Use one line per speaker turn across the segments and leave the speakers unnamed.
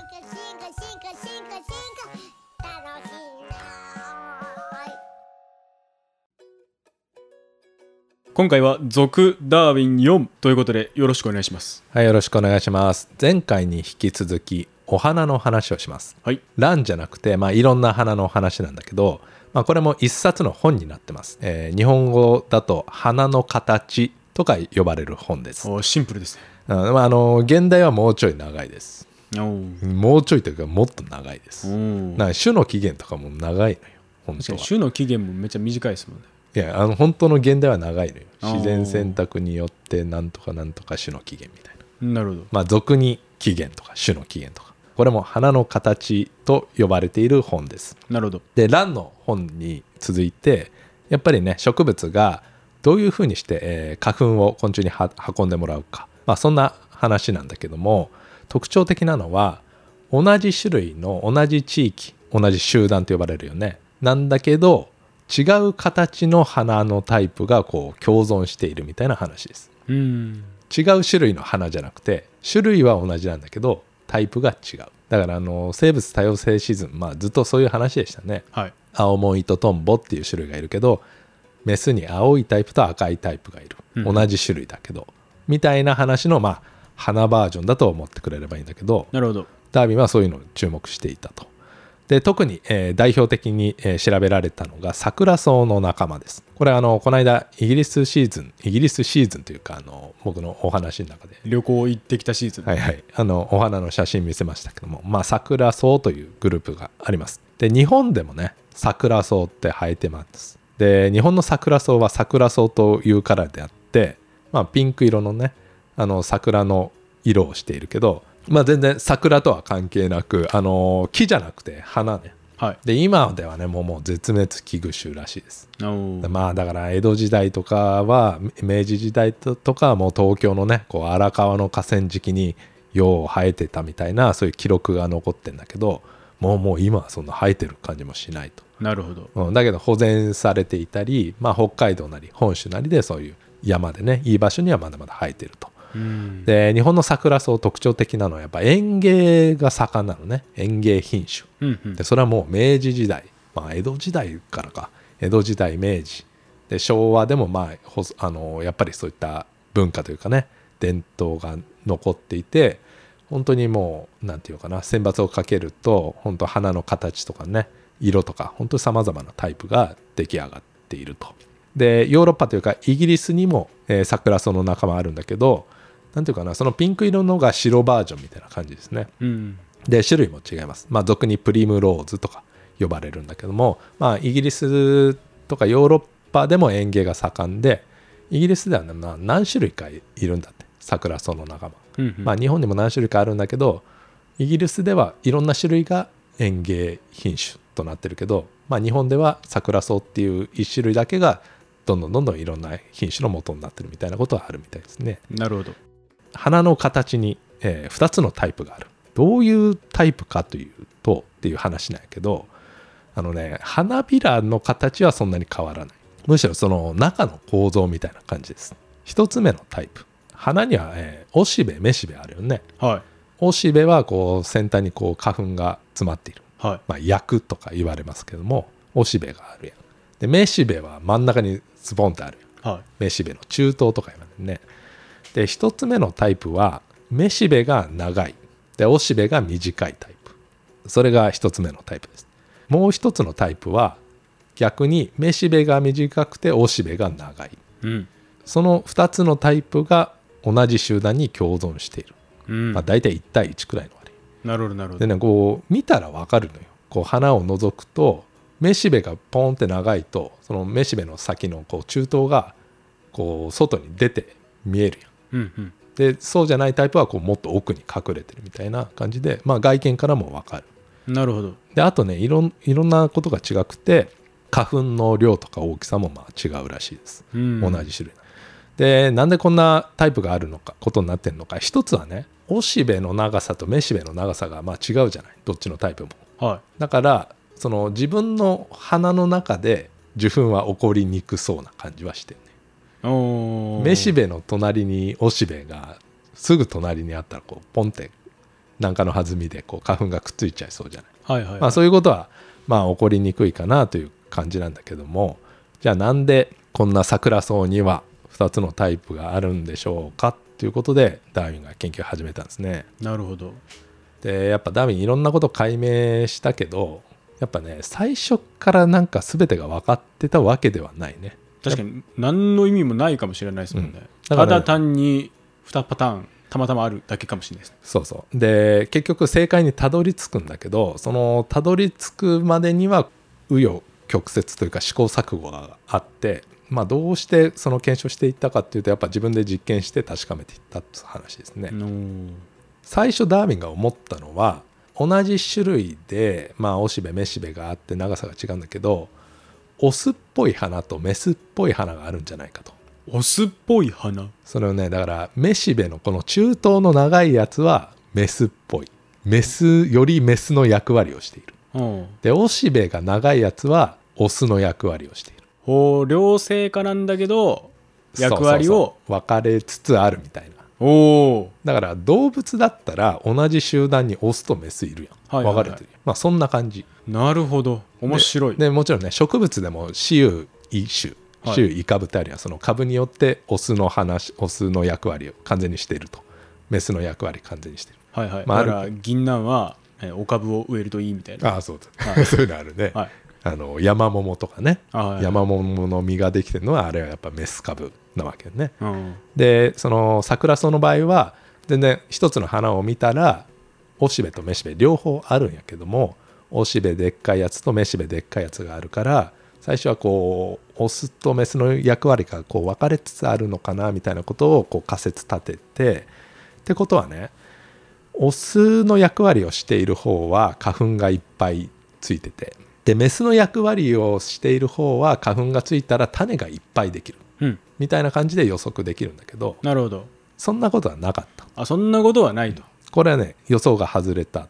化進化進化進化楽しいなーい
今回は「続ダーウィン4」ということでよろしくお願いします
はい、よろしくお願いします。前回に引き続きお花の話をします。
はい
ランじゃなくて、まあ、いろんな花の話なんだけど、まあ、これも一冊の本になってます。えー日本語だと花の形とか呼ばれる本です。うん
おシンプルですね
まあ、あの現代はもうちょい長いです。
お
もうちょいというかもっと長いです。
お
なんか種の起源とかも長いのよ。本
確か
当は
に種の期限もめっちゃ短いですもんね
いやあの本当の現代は長いのよ。
あー
自然選択によってなんとかなんとか種の起源みたいな。
なるほど
まあ、俗に起源とか種の起源とかこれも花の形と呼ばれている本です。
なるほど
で蘭の本に続いてやっぱりね植物がどういうふうにして、えー花粉を昆虫には運んでもらうか、まあ、そんな話なんだけども特徴的なのは同じ種類の同じ地域同じ集団と呼ばれるよねなんだけど違う形の花のタイプがこう共存しているみたいな話です。
うん
違う種類の花じゃなくて種類は同じなんだけどタイプが違うだからあの生物多様性シーズンまあずっとそういう話でしたね
はい
青モイトトンボっていう種類がいるけどメスに青いタイプと赤いタイプがいる、
うん
同じ種類だけどみたいな話のまあ花バージョンだと思ってくれればいいんだけど
なるほど
ダービンはそういうのを注目していたとで特に、えー代表的に、えー調べられたのが桜草の仲間ですこれあのこの間イギリスシーズンイギリスシーズンというかあの僕のお話の中で
旅行行ってきたシーズン
はいはい、あのお花の写真見せましたけども、まあ、桜草というグループがありますで日本でもね桜草って生えてますで日本の桜草は桜草というからであって、まあ、ピンク色のねあの桜の色をしているけど、まあ、全然桜とは関係なくあの木じゃなくて花ね
はい
で今ではねもうもう絶滅危惧種らしいです
お
まあだから江戸時代とかは明治時代ととかはもう東京のねこう荒川の河川敷によう生えてたみたいなそういう記録が残ってんだけどもうもう今はそんな生えてる感じもしないと、
なるほど
うん、だけど保全されていたり、まあ、北海道なり本州なりでそういう山でねいい場所にはまだまだ生えてると
うん
で日本の桜草特徴的なのはやっぱ園芸が盛んなのね園芸品種
うんうん
でそれはもう明治時代、まあ、江戸時代からか江戸時代明治で昭和でもまあほあのやっぱりそういった文化というかね伝統が残っていて本当にもうなんていうのかな選抜をかけると本当花の形とかね色とか本当にさまざまなタイプが出来上がっていると。でヨーロッパというかイギリスにも、えー桜草の仲間あるんだけどなんていうかなそのピンク色のが白バージョンみたいな感じですね。
うん
で種類も違います、まあ、俗にプリムローズとか呼ばれるんだけども、まあ、イギリスとかヨーロッパでも園芸が盛んでイギリスではね、まあ何種類かいるんだって桜草の仲間、
うんうん
まあ、日本にも何種類かあるんだけどイギリスではいろんな種類が園芸品種となってるけど、まあ、日本では桜草っていう一種類だけがどんどんどんどんいろんな品種の元になってるみたいなことはあるみたいですね。
なるほど
花の形に、え2つのタイプがあるどういうタイプかというとっていう話なんやけどあのね花びらの形はそんなに変わらないむしろその中の構造みたいな感じです1つ目のタイプ花には、えーおしべめしべあるよね
はい
おしべはこう先端にこう花粉が詰まっている
は
まあ、薬とか言われますけどもおしべがあるやんでめしべは真ん中にズボンってあるや
い
ん
は
めしべの中等とか今ねで一つ目のタイプはめしべが長いでおしべが短いタイプそれが一つ目のタイプですもう一つのタイプは逆にめしべが短くておしべが長い
いうん
その2つのタイプが同じ集団に共存している、
うん
まあ、大体1対1くらいの割合
なるほどなるほ
で
ど
ねこう見たらわかるのよこう花を覗くとめしべがポンって長いとそのめしべの先のこう中東がこう外に出て見えるやん
うんうん
でそうじゃないタイプはこうもっと奥に隠れてるみたいな感じで、まあ、外見からもわかる
なるほど
であとねいろんいろんなことが違くて花粉の量とか大きさもまあ違うらしいです、
うん
同じ種類でなんでこんなタイプがあるのかことになってるのか一つはねおしべの長さとめしべの長さがまあ違うじゃないどっちのタイプも
は
だからその自分の鼻の中で受粉は起こりにくそうな感じはしてる
いお
ね
ー
めしべの隣におしべがすぐ隣にあったらこうポンってなんかの弾みでこう花粉がくっついちゃいそうじゃない、
はいはい
まあ、そういうことはまあ起こりにくいかなという感じなんだけどもじゃあなんでこんな桜草には2つのタイプがあるんでしょうかということでダーウィンが研究を始めたんですね。
なるほど
でやっぱダーウィンいろんなこと解明したけどやっぱね最初からなんか全てが分かってたわけではないね。
確かに何の意味もないかもしれないですもんね、
うんだから
ただ単に2パターンたまたまあるだけかもしれないですね
そうそうで結局正解にたどり着くんだけどそのたどり着くまでには紆余曲折というか試行錯誤があって、まあ、どうしてその検証していったかっていうとやっぱ自分で実験して確かめていったって話ですね。
うん
最初ダーウィンが思ったのは同じ種類でまあおしべめしべがあって長さが違うんだけどオスっぽい花とメスっぽい花があるんじゃないかと。
オスっぽい花
それをねだからメシベのこの中東の長いやつはメスっぽいメスよりメスの役割をしてい
う
る
ん
でオシベが長いやつはオスの役割をしている
ほう両性化なんだけど役割
そう
を
そうそう分かれつつあるみたいな
おお
だから動物だったら同じ集団にオスとメスいるやん、
はいはいはい
分かれてるやんまあそんな感じ
なるほど面白い
でもちろんね植物でも雌雄一種
はい
種イカブってあるやんその株によってオスの話オスの役割を完全にしているとメスの役割完全にしている
はいはい、
まああ
だ
る
から銀杏はえーお株を植えるといいみたいな
ああそうだ、
はい
そういうのあるね、
はい
あの山桃とかね、
あはい
山桃の実ができてるのはあれはやっぱメス株なわけよね
うん
でその桜草の場合は全然一つの花を見たらおしべとめしべ両方あるんやけどもおしべでっかいやつとめしべでっかいやつがあるから最初はこうオスとメスの役割がこう分かれつつあるのかなみたいなことをこう仮説立ててってことはねオスの役割をしている方は花粉がいっぱいついててでメスの役割をしている方は花粉がついたら種がいっぱいできる
うん
みたいな感じで予測できるんだけど
なるほど
そんなことはなかった
あそんなことはないと、
これはね予想が外れた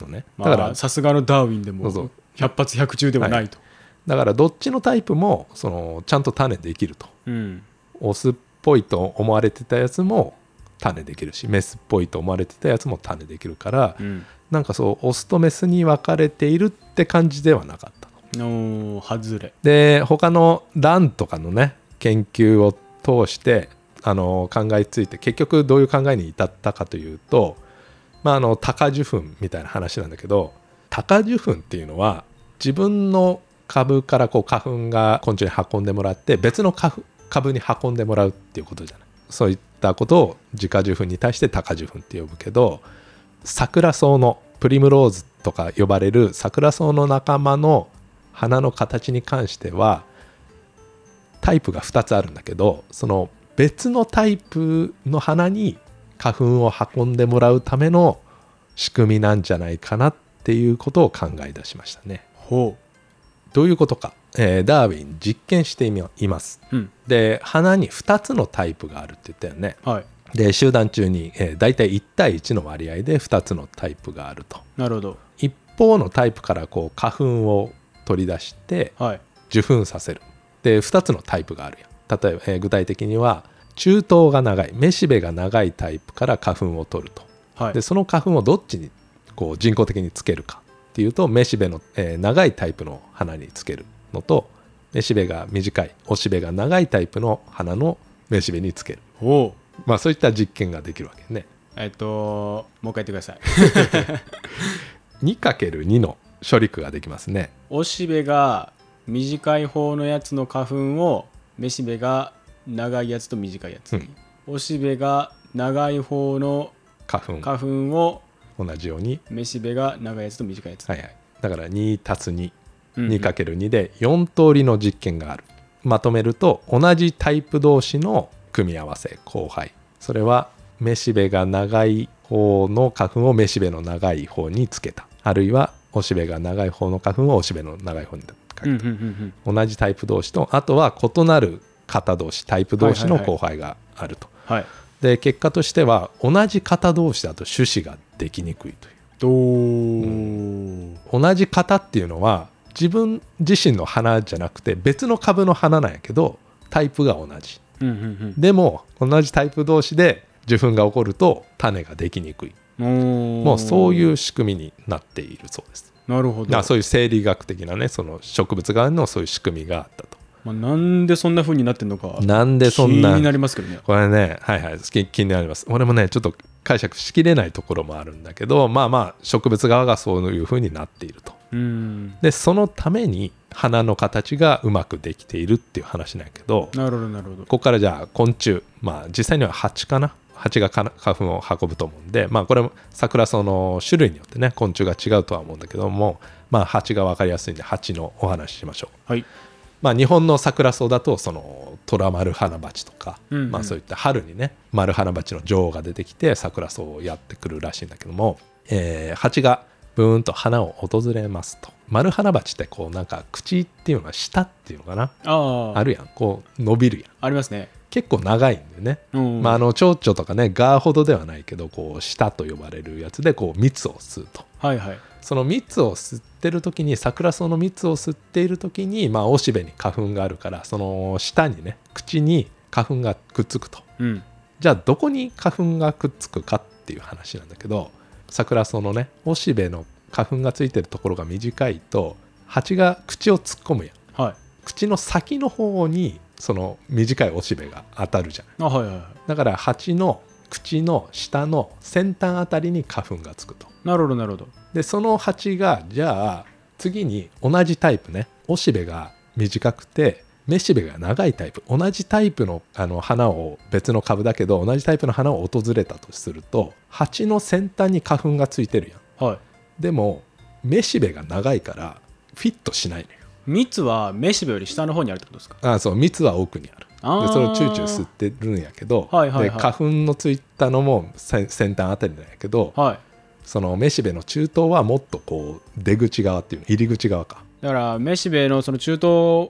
のねだ
ま
か
あ
ら、
さすがのダーウィンで
そ
も
うそう
100発100中でもないと、
だからどっちのタイプもそのちゃんと種できると
うん
オスっぽいと思われてたやつも種できるしメスっぽいと思われてたやつも種できるから、
うん
なんかそうオスとメスに分かれているって感じではなかったの
おー外れ
で他のランとかのね研究を通してあの考えついて結局どういう考えに至ったかというとまああの多花受粉みたいな話なんだけど多花受粉っていうのは自分の株からこう花粉が昆虫に運んでもらって別の花粉株に運んでもらうっていうことじゃないそういったことを自家受粉に対して多花受粉って呼ぶけど桜草のプリムローズとか呼ばれる桜草の仲間の花の形に関してはタイプが2つあるんだけどその別のタイプの花に花粉を運んでもらうための仕組みなんじゃないかなっていうことを考え出しましたね。
ほ
どういうことか、えーダーウィン実験してみいます。
ううん
で花に2つのタイプがあるって言ったよね。
はい
で集団中に、えー、大体1対1の割合で2つのタイプがあると
なるほど
一方のタイプからこう花粉を取り出して
はい
受粉させるで2つのタイプがあるやん例えば、えー具体的には中東が長いめしべが長いタイプから花粉を取ると
はい
でその花粉をどっちにこう人工的につけるかっていうとめしべの、えー長いタイプの花につけるのとめしべが短いおしべが長いタイプの花のめしべにつける
ほう
まあそういった実験ができるわけね
えっともう一回言ってください
2×2 の処理区ができますね
おしべが短い方のやつの花粉をめしべが長いやつと短いやつに、おしべが長い方の
花粉
花粉を
同じように
めしべが長いやつと短いやつ、
はいはいだから 2+22×2
うんうん
で4通りの実験があるまとめると同じタイプ同士の組み合わせ交配それはめしべが長い方の花粉をめしべの長い方につけたあるいはおしべが長い方の花粉をおしべの長い方にかけた
うんうんうんうん
同じタイプ同士とあとは異なる型同士タイプ同士の交配があると、
はい
で結果としては同じ型同士だと種子ができにくいという
どう、
同じ型っていうのは自分自身の花じゃなくて別の株の花なんやけどタイプが同じ
うんうんうん
でも同じタイプ同士で受粉が起こると種ができにくいっ
も
もうそう
う
いう仕組みになっているそうです。
なるほ
だか
ど
らそういう生理学的なねその植物側のそういう仕組みがあったと。
まあ、なんでそんな風になってんのか
なんでそんな
気になりますけどね
これねはいはい気気になります俺もねちょっと解釈しきれないところもあるんだけどまあまあ植物側がそういうふうになっていると。
うん
でそのために花の形がうまくできているっていう話なんやけど
なるほどなるほど
ここからじゃあ昆虫まあ実際には蜂かな蜂がかな花粉を運ぶと思うんでまあこれも桜その種類によってね昆虫が違うとは思うんだけどもまあ蜂が分かりやすいんで蜂のお話ししましょう。
はい
まあ、日本の桜草だとその虎丸花鉢とか、
うんうん
まあ、そういった春にね丸花鉢の女王が出てきて桜草をやってくるらしいんだけども、えー蜂がブーンと花を訪れますと丸花鉢ってこうなんか口っていうのは下っていうのかな
ああ
あるやんこう伸びるやん
ありますね
結構長いんだよね、
うん
まあ、あの蝶々とかねガーほどではないけどこう下と呼ばれるやつでこう蜜を吸うと
はいはい
その蜜を吸ってる時に桜草の蜜を吸っている時に、まあ、おしべに花粉があるからその舌にね口に花粉がくっつくと
うん
じゃあどこに花粉がくっつくかっていう話なんだけど桜草のねおしべの花粉がついてるところが短いと蜂が口を突っ込むやん
はい
口の先の方にその短いおしべが当たるじゃない
あはいはいは
だから蜂の口の下の先端あたりに花粉がつくと
いなるほどなるほど
でその蜂がじゃあ次に同じタイプねおしべが短くてめしべが長いタイプ同じタイプのあの花を別の株だけど同じタイプの花を訪れたとすると蜂の先端に花粉がついてるやん
はい
でもめしべが長いからフィットしないのよ
蜜はめしべより下の方にあるってことですか
あそう蜜は奥にある
あー
でそれをチューチュー吸ってるんやけど、
はいはいはい
で花粉のついたのも先先端あたりなんやけど、
はい
そのめしべの中東はもっとこう出口側っていうの入り口側か
だからめしべのその中東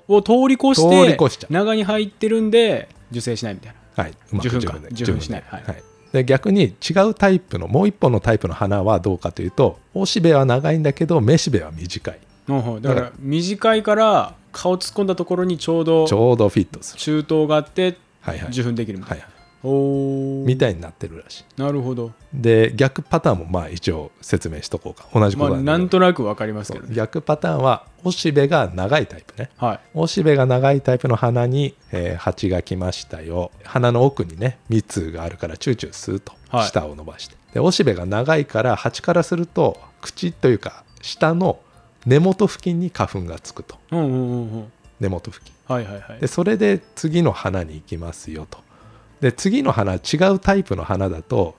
を通り越して
通り越しちゃう
長に入ってるんで受精しないみたいな
はい、うまく
受粉か
で
受粉しない
受
はい
でで逆に違うタイプのもう一本のタイプの花はどうかというとおしべは長いんだけどめしべは短い
うんうんだか
だ
ら短いから顔突っ込んだところにちょうど
ちょうどフィットする、
中東があって
はいはい
受粉できるみた
はいい
な、
はい、
おー
みたいになってるらしい
なるほど
で逆パターンもまあ一応説明しとこうか同じ
まあ
ことだけど
なんとなくわかります
そ
けど
う
ね
逆パターンはおしべが長いタイプね
はい
おしべが長いタイプの花に、えー蜂が来ましたよ花の奥にね蜜があるからチューチューすると
はい
舌を伸ばして、でおしべが長いから蜂からすると口というか下の根元付近に花粉がつくと
うんうんうんうん
根元付近
はいはいはい
でそれで次の花に行きますよとで次の花違うタイプの花だと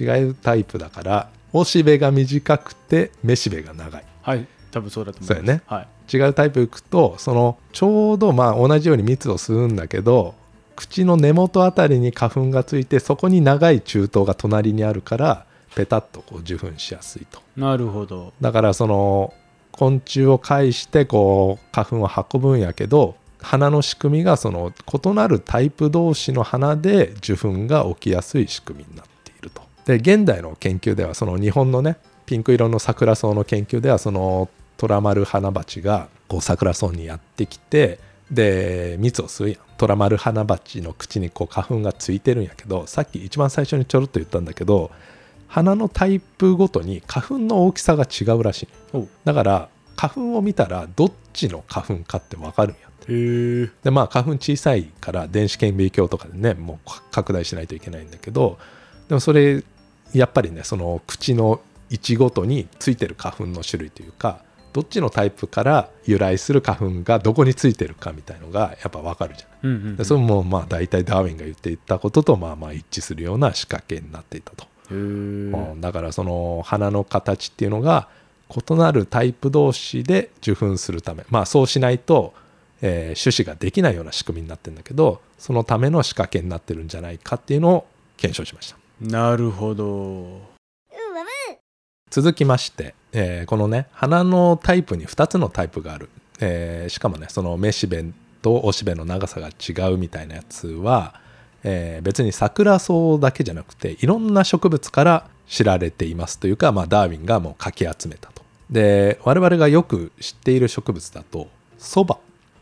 違うタイプだからおしべが短くてめしべが長い
はい多分そうだと思います
そうやね
はい
違うタイプ行くとそのちょうどまあ同じように蜜を吸うんだけど口の根元あたりに花粉がついてそこに長い中東が隣にあるからペタッとこう受粉しやすいと
なるほど
だからその昆虫を介してこう花粉を運ぶんやけど花の仕組みがその異なるタイプ同士の花で受粉が起きやすい仕組みになっていると。で現代の研究ではその日本のねピンク色の桜草の研究ではそのトラマル花鉢がこう桜草にやってきてで蜜を吸うやんトラマル花鉢の口にこう花粉がついてるんやけどさっき一番最初にちょろっと言ったんだけど花のタイプごとに花粉の大きさが違うらしい
おへ
だから花粉を見たらどっちの花粉かって分かるんやって
え
でまあ花粉小さいから電子顕微鏡とかでねもうか拡大しないといけないんだけどでもそれやっぱりねその口の位置ごとについてる花粉の種類というかどっちのタイプから由来する花粉がどこについてるかみたいのがやっぱ分かるじゃない
うんうんうん
でそれもまあ大体ダーウィンが言っていたこととまあまあ一致するような仕掛けになっていたと。
へー
うんだからその花の形っていうのが異なるタイプ同士で受粉するためまあそうしないと、えー種子ができないような仕組みになってるんだけどそのための仕掛けになってるんじゃないかっていうのを検証しました
なるほど
うわわ
続きまして、えーこのね花のタイプに2つのタイプがある、えーしかもねその雌しべと雄しべの長さが違うみたいなやつは、えー別に桜草だけじゃなくていろんな植物から知られていますというか、まあ、ダーウィンがもうかき集めたと。で我々がよく知っている植物だとそば、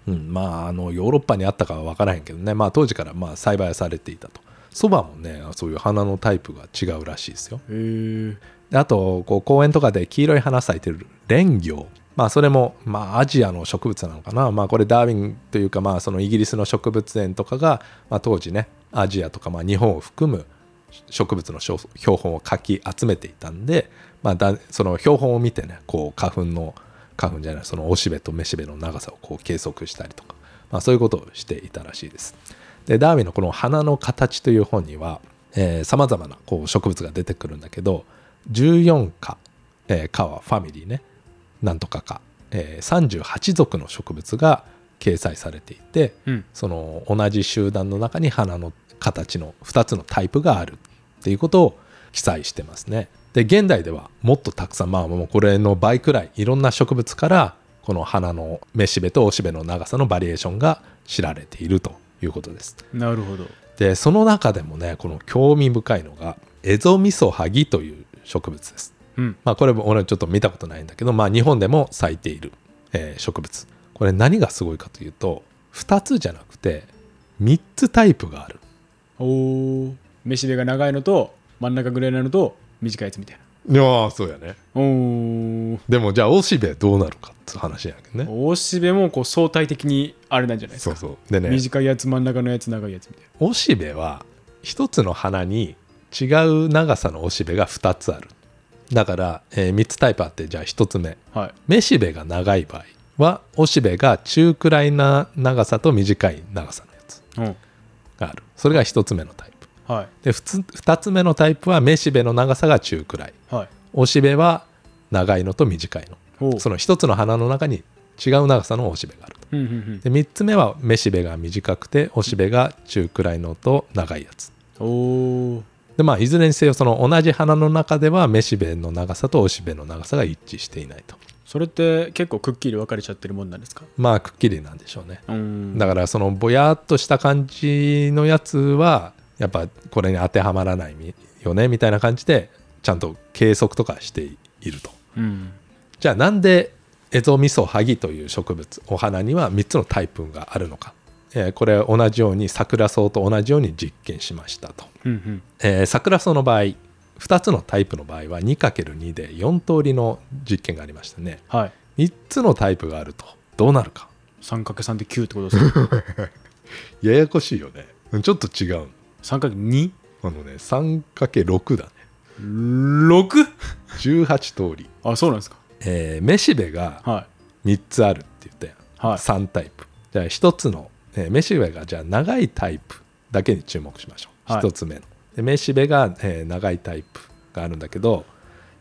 うん、まああのヨーロッパにあったかは分からへんけどね、まあ、当時からまあ栽培されていたと。そばもねそういう花のタイプが違うらしいですよ
へえ
であとこう公園とかで黄色い花咲いてる蓮魚まあそれもまあアジアの植物なのかなまあこれダーウィンというかまあそのイギリスの植物園とかが、まあ、当時ねアジアとかまあ日本を含む植物の標標本をかき集めていたんで、まあ、だその標本を見てねこう花粉の花粉じゃないそのおしべとめしべの長さをこう計測したりとか、まあ、そういうことをしていたらしいです。でダーウィンのこの「花の形」という本にはさまざまなこう植物が出てくるんだけど14科、えー、科はファミリーねなんとか科、えー38属の植物が掲載されていて、
うん
その同じ集団の中に花の形の2つのタイプがあるっていうことを記載してますね。で現代ではもっとたくさんまあもうこれの倍くらいいろんな植物からこの花のめしべとおしべの長さのバリエーションが知られているということです。
なるほど
でその中でもねこの興味深いのがエゾミソハギという植物です。
うん
まあ、これも俺ちょっと見たことないんだけど、まあ、日本でも咲いている、えー植物これ何がすごいかというと2つじゃなくて3つタイプがある
おおめしべが長いのと真ん中ぐらいなのと短いやつみたい
いやーそうやね
なお
でもじゃあおしべどうなるかって話やけどね
おおしべもこう相対的にあれなんじゃないです
そ
か
うそうでね
短いやつ真ん中のやつ長いやつみたいな
おしべは1つの花に違う長さのおしべが2つあるだから、え3つタイプあってじゃあ1つ目
はい
めしべが長い場合はおしべが中くらいな長さと短い長さのやつ
うん
があるそれが1つ目のタイプ
はい
でふつ2つ目のタイプはめしべの長さが中くらい
はい
おしべは長いのと短い
お
のその1つの花の中に違う長さのおしべがあると
うんうんうん
で3つ目はめしべが短くておしべが中くらいのと長いやつ
おお
でまあいずれにせよその同じ花の中ではめしべの長さとおしべの長さが一致していないと
それって結構くっきり分かれちゃってるもんなんですか
まあくっきりなんでしょうね
うん
だからそのぼやっとした感じのやつはやっぱこれに当てはまらないみよねみたいな感じでちゃんと計測とかしていると
うん
じゃあなんでエゾミソハギという植物お花には3つのタイプがあるのか、えーこれ同じように桜草と同じように実験しましたと、
うんうん
えー桜草の場合2つのタイプの場合は 2×2 で4通りの実験がありましたね
はい
3つのタイプがあるとどうなるか
3×3 で9ってことです か
ややこしいよねうんちょっと違う
3×2
あのね 3×6 だね
6?
18通り、
あそうなんですか
えーめしべが
は
3つあるって言ったやん
いはい
3タイプじゃあ1つの、えー、めしべがじゃあ長いタイプだけに注目しましょう、
はい
1つ目のでめしべが、えー長いタイプがあるんだけど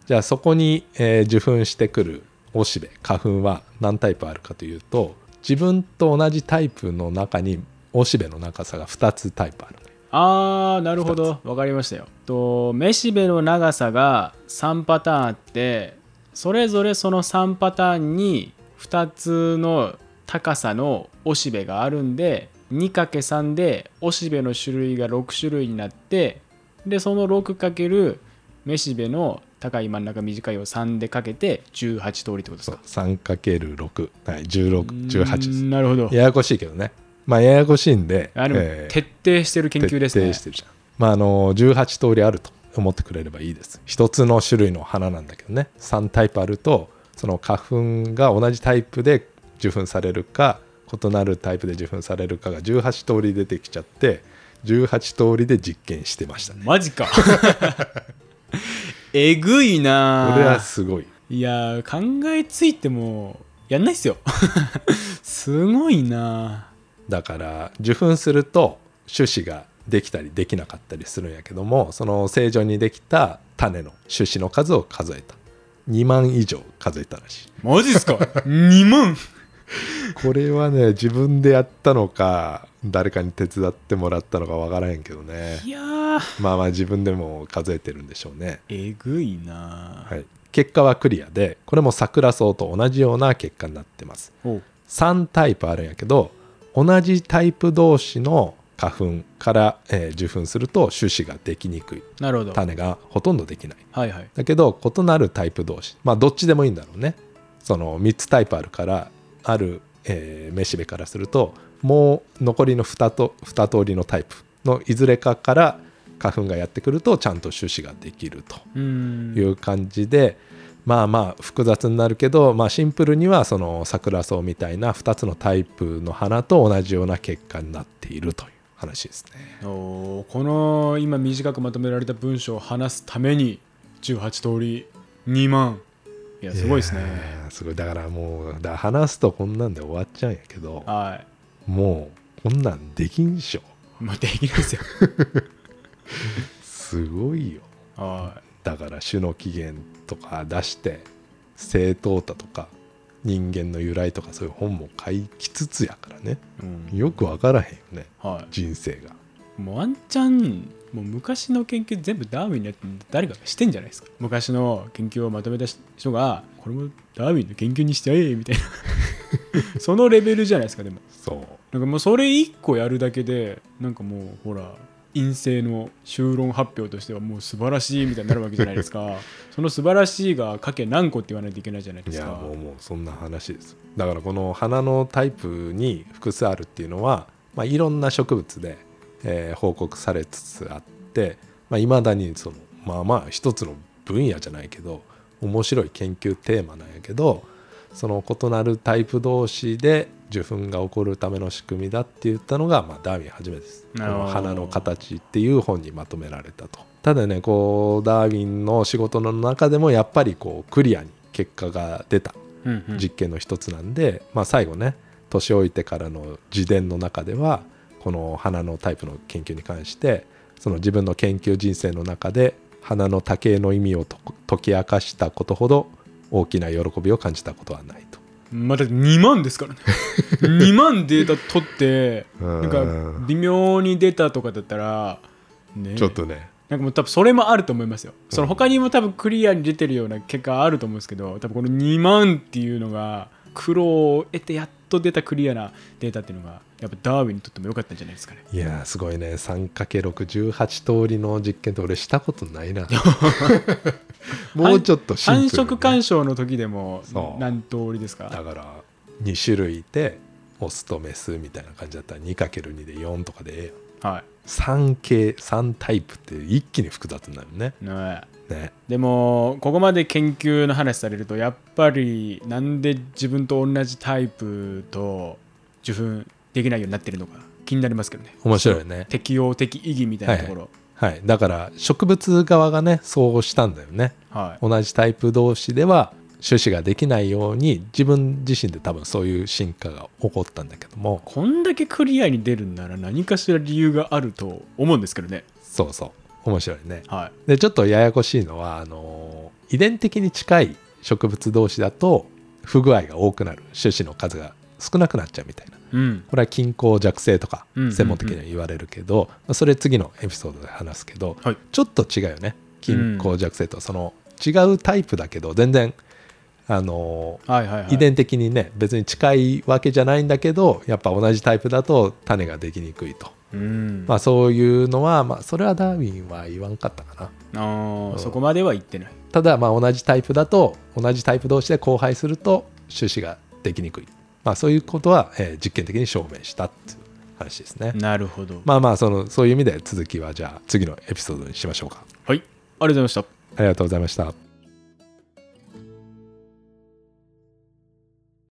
じゃあそこに、えー受粉してくるおしべ花粉は何タイプあるかというと自分と同じタイプの中におしべの長さが2つタイプあるのよ
あーなるほどわかりましたよとめしべの長さが3パターンあってそれぞれその3パターンに2つの高さのおしべがあるんで 2×3 でおしべの種類が6種類になってでその 6× めしべの高い真ん中短いを3でかけて18通りってことです
そう
か
3×6、はい、1618で
う
す
ーんなるほど
ややこしいけどねまあややこしいんで
あでも
えー
徹底してる研究ですね、
徹底してるじゃん、まあ、あの18通りあると思ってくれればいいです一つの種類の花なんだけどね3タイプあるとその花粉が同じタイプで受粉されるか異なるタイプで受粉されるかが18通り出てきちゃって18通りで実験してましたね
マ ジかえぐいな
これはすごい
いやー考えついてもやんないっすよ すごいな
だから受粉すると種子ができたりできなかったりするんやけどもその正常にできた種の種子の数を数えた2万以上数えたらしい
マジっす か2万
これはね 自分でやったのか誰かに手伝ってもらったのかわからへんけどね
いやー
まあまあ自分でも数えてるんでしょうね、
えぐいな
はい、結果はクリアでこれも桜草と同じような結果になってます
おう
3タイプあるんやけど同じタイプ同士の花粉から、えー受粉すると種子ができにくい
なるほど
種がほとんどできない
はいはい
だけど異なるタイプ同士まあどっちでもいいんだろうねその3つタイプあるからある、えーめしべからするともう残りの 2, と2通りのタイプのいずれかから花粉がやってくるとちゃんと種子ができると
うん
いう感じで、まあまあ複雑になるけど、まあ、シンプルにはその桜草みたいな2つのタイプの花と同じような結果になっているという話ですね。
おーこの今短くまとめられた文章を話すために18通り2万いやすごいですね
やーすごいだからもうだ話すとこんなんで終わっちゃうんやけど
は
もうこんなんできんっしょ
いまあできないですよ
すごいよ
は
だから種の起源とか出して正統太とか人間の由来とかそういう本も書きつつやからね
い、うん
よくわからへんよね
は
人生が
い、もうワンチャンもう昔の研究全部ダーウィンのやつ誰かがしてんじゃないですか昔の研究をまとめた人がこれもダーウィンの研究にしちゃえみたい なそのレベルじゃないですかでも
そう
なんかもうそれ1個やるだけでなんかもうほら陰性の修論発表としてはもう素晴らしいみたいになるわけじゃないです かその素晴らしいがかけ何個って言わないといけないじゃないで
い
す
や
か
もうもうそんな話ですだからこの花のタイプに複数あるっていうのは、まあ、いろんな植物で、えー報告されつつあってまあ、未だにそのまあまあ一つの分野じゃないけど面白い研究テーマなんやけどその異なるタイプ同士で受粉が起こるための仕組みだって言ったのが、まあ、ダーウィン初めてです。こ
なるほど
の花の形っていう本にまとめられたと。ただねこうダーウィンの仕事の中でもやっぱりこうクリアに結果が出た
うんうん
実験の一つなんで、まあ、最後ね年老いてからの自伝の中ではこの花のタイプの研究に関してその自分の研究人生の中で花の多形の意味をと解き明かしたことほど大きな喜びを感じたことはないと。
まだ2万です からね2万データ取って
うん
なんか微妙に出たとかだったらね
ね
なんかもう多分それもあると思いますよその他にも多分クリアに出てるような結果あると思うんですけど多分この2万っていうのが苦労を得てやっと出たクリアなデータっていうのがやっぱダーウィンにとっても良かったんじゃないですかね
いやーすごいね 3×618 通りの実験って俺したことな いなもうちょっとシンプル
繁
に
殖干渉の時でも
そう
何通りです
だ
か
から2種類いてオスとメスみたいな感じだったら 2×2 で4とかでええやん
は
3系3タイプって一気に複雑になるね
いね
ね
でもここまで研究の話されるとやっぱりなんで自分と同じタイプと受粉できないようになってるのか気になりますけどね
面白いよね
適応的意義みたいなところ
はいだから植物側がねそうしたんだよね
はい
同じタイプ同士では種子ができないように自分自身で多分そういう進化が起こったんだけども
こんだけクリアに出るんなら何かしら理由があると思うんですけどね。
そうそう面白いね
は。
でちょっとややこしいのはあの遺伝的に近い植物同士だと不具合が多くなる種子の数が少なくなっちゃうみたいない
うん。
これは均衡弱性とか
うんうんうん
専門的には言われるけど、まあそれ次のエピソードで話すけど、
はい
ちょっと違うよね均衡弱性とはその違うタイプだけど全然あのー
はいはいはい。
遺伝的にね別に近いわけじゃないんだけどやっぱ同じタイプだと種ができにくいと、
うん。
まあ、そういうのは、まあ、それはダーウィンは言わんかったかな
あーそこまでは言ってない。
ただまあ同じタイプだと同じタイプ同士で交配すると種子ができにくい、まあ、そういうことは、えー実験的に証明したっていう話ですね、
なるほど。
まあまあそのそういう意味で続きはじゃあ次のエピソードにしましょうか
はい。ありがとうございました。
ありがとうございました